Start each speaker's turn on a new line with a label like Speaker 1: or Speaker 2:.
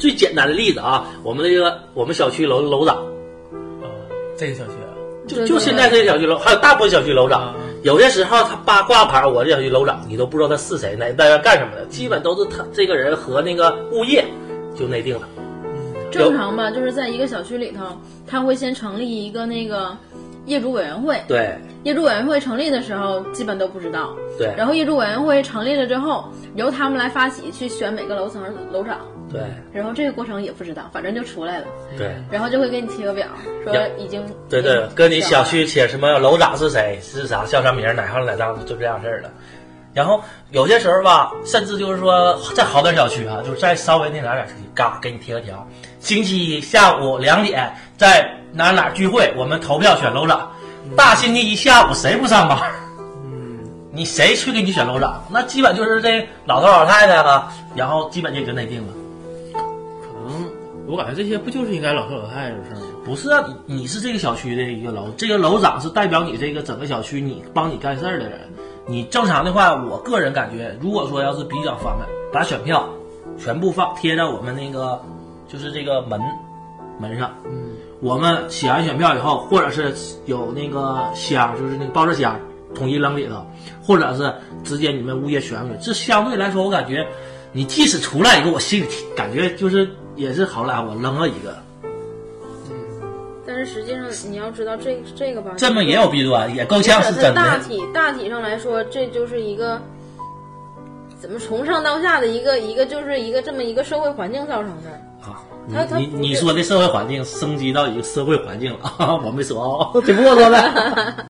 Speaker 1: 最简单的例子啊，我们这个我们小区楼楼长，
Speaker 2: 啊，这个小区啊，
Speaker 1: 就就现在这个小区楼，还有大部分小区楼长
Speaker 2: 啊，
Speaker 1: 有些时候他八卦牌，我这小区楼长，你都不知道他是谁，哪在那干什么的，基本都是他这个人和那个物业就内定了。
Speaker 2: 嗯
Speaker 3: 正常吧，就是在一个小区里头，他会先成立一个那个业主委员会。
Speaker 1: 对
Speaker 3: 业主委员会成立的时候，基本都不知道。
Speaker 1: 对
Speaker 3: 然后业主委员会成立了之后，由他们来发起去选每个楼层的楼长，
Speaker 1: 对
Speaker 3: 然后这个过程也不知道，反正就出来了，
Speaker 1: 对
Speaker 3: 然后就会给你贴个表，说
Speaker 1: 呀
Speaker 3: 已经
Speaker 1: 对对，跟
Speaker 3: 啊
Speaker 1: 你小区写什么楼长是谁是啥叫啥名儿哪号哪档就这样事儿了。然后有些时候吧，甚至就是说再好点小区啊，就是再稍微那哪点小区，嘎给你贴个条，星期一下午两点在哪哪聚会，我们投票选楼长。大星期一下午谁不上班？
Speaker 2: 嗯，
Speaker 1: 你谁去给你选楼长？那基本就是这老头老太太啊，然后基本就就内定了。
Speaker 2: 可能我感觉这些不就是应该老头老太太的事儿吗？
Speaker 1: 不是啊，你你是这个小区的一个楼，这个楼长是代表你这个整个小区，你帮你干事儿的人。你正常的话，我个人感觉，如果说要是比较方便，把选票全部放贴在我们那个就是这个门门上。
Speaker 2: 嗯，
Speaker 1: 我们写完选票以后，或者是有那个箱，就是那个报纸箱，统一扔里头，或者是直接你们物业选举。这相对来说，我感觉你即使出来一个，我心里感觉就是也是好歹我扔了一个。
Speaker 4: 但是实际上你要知道这这个吧，
Speaker 1: 这么也有弊端，也够
Speaker 4: 或
Speaker 1: 呛
Speaker 4: 者
Speaker 1: 是
Speaker 4: 它
Speaker 1: 真
Speaker 4: 大
Speaker 1: 的。啊
Speaker 4: 体大体上来说，这就是一个怎么从上到下的一个一个就是一个这么一个社会环境造成的。
Speaker 1: 啊
Speaker 4: 它它
Speaker 1: 你
Speaker 4: 不
Speaker 1: 你你
Speaker 4: 是
Speaker 1: 哦说的社会环境升级到一个社会环境了，我没说啊、只不过说的。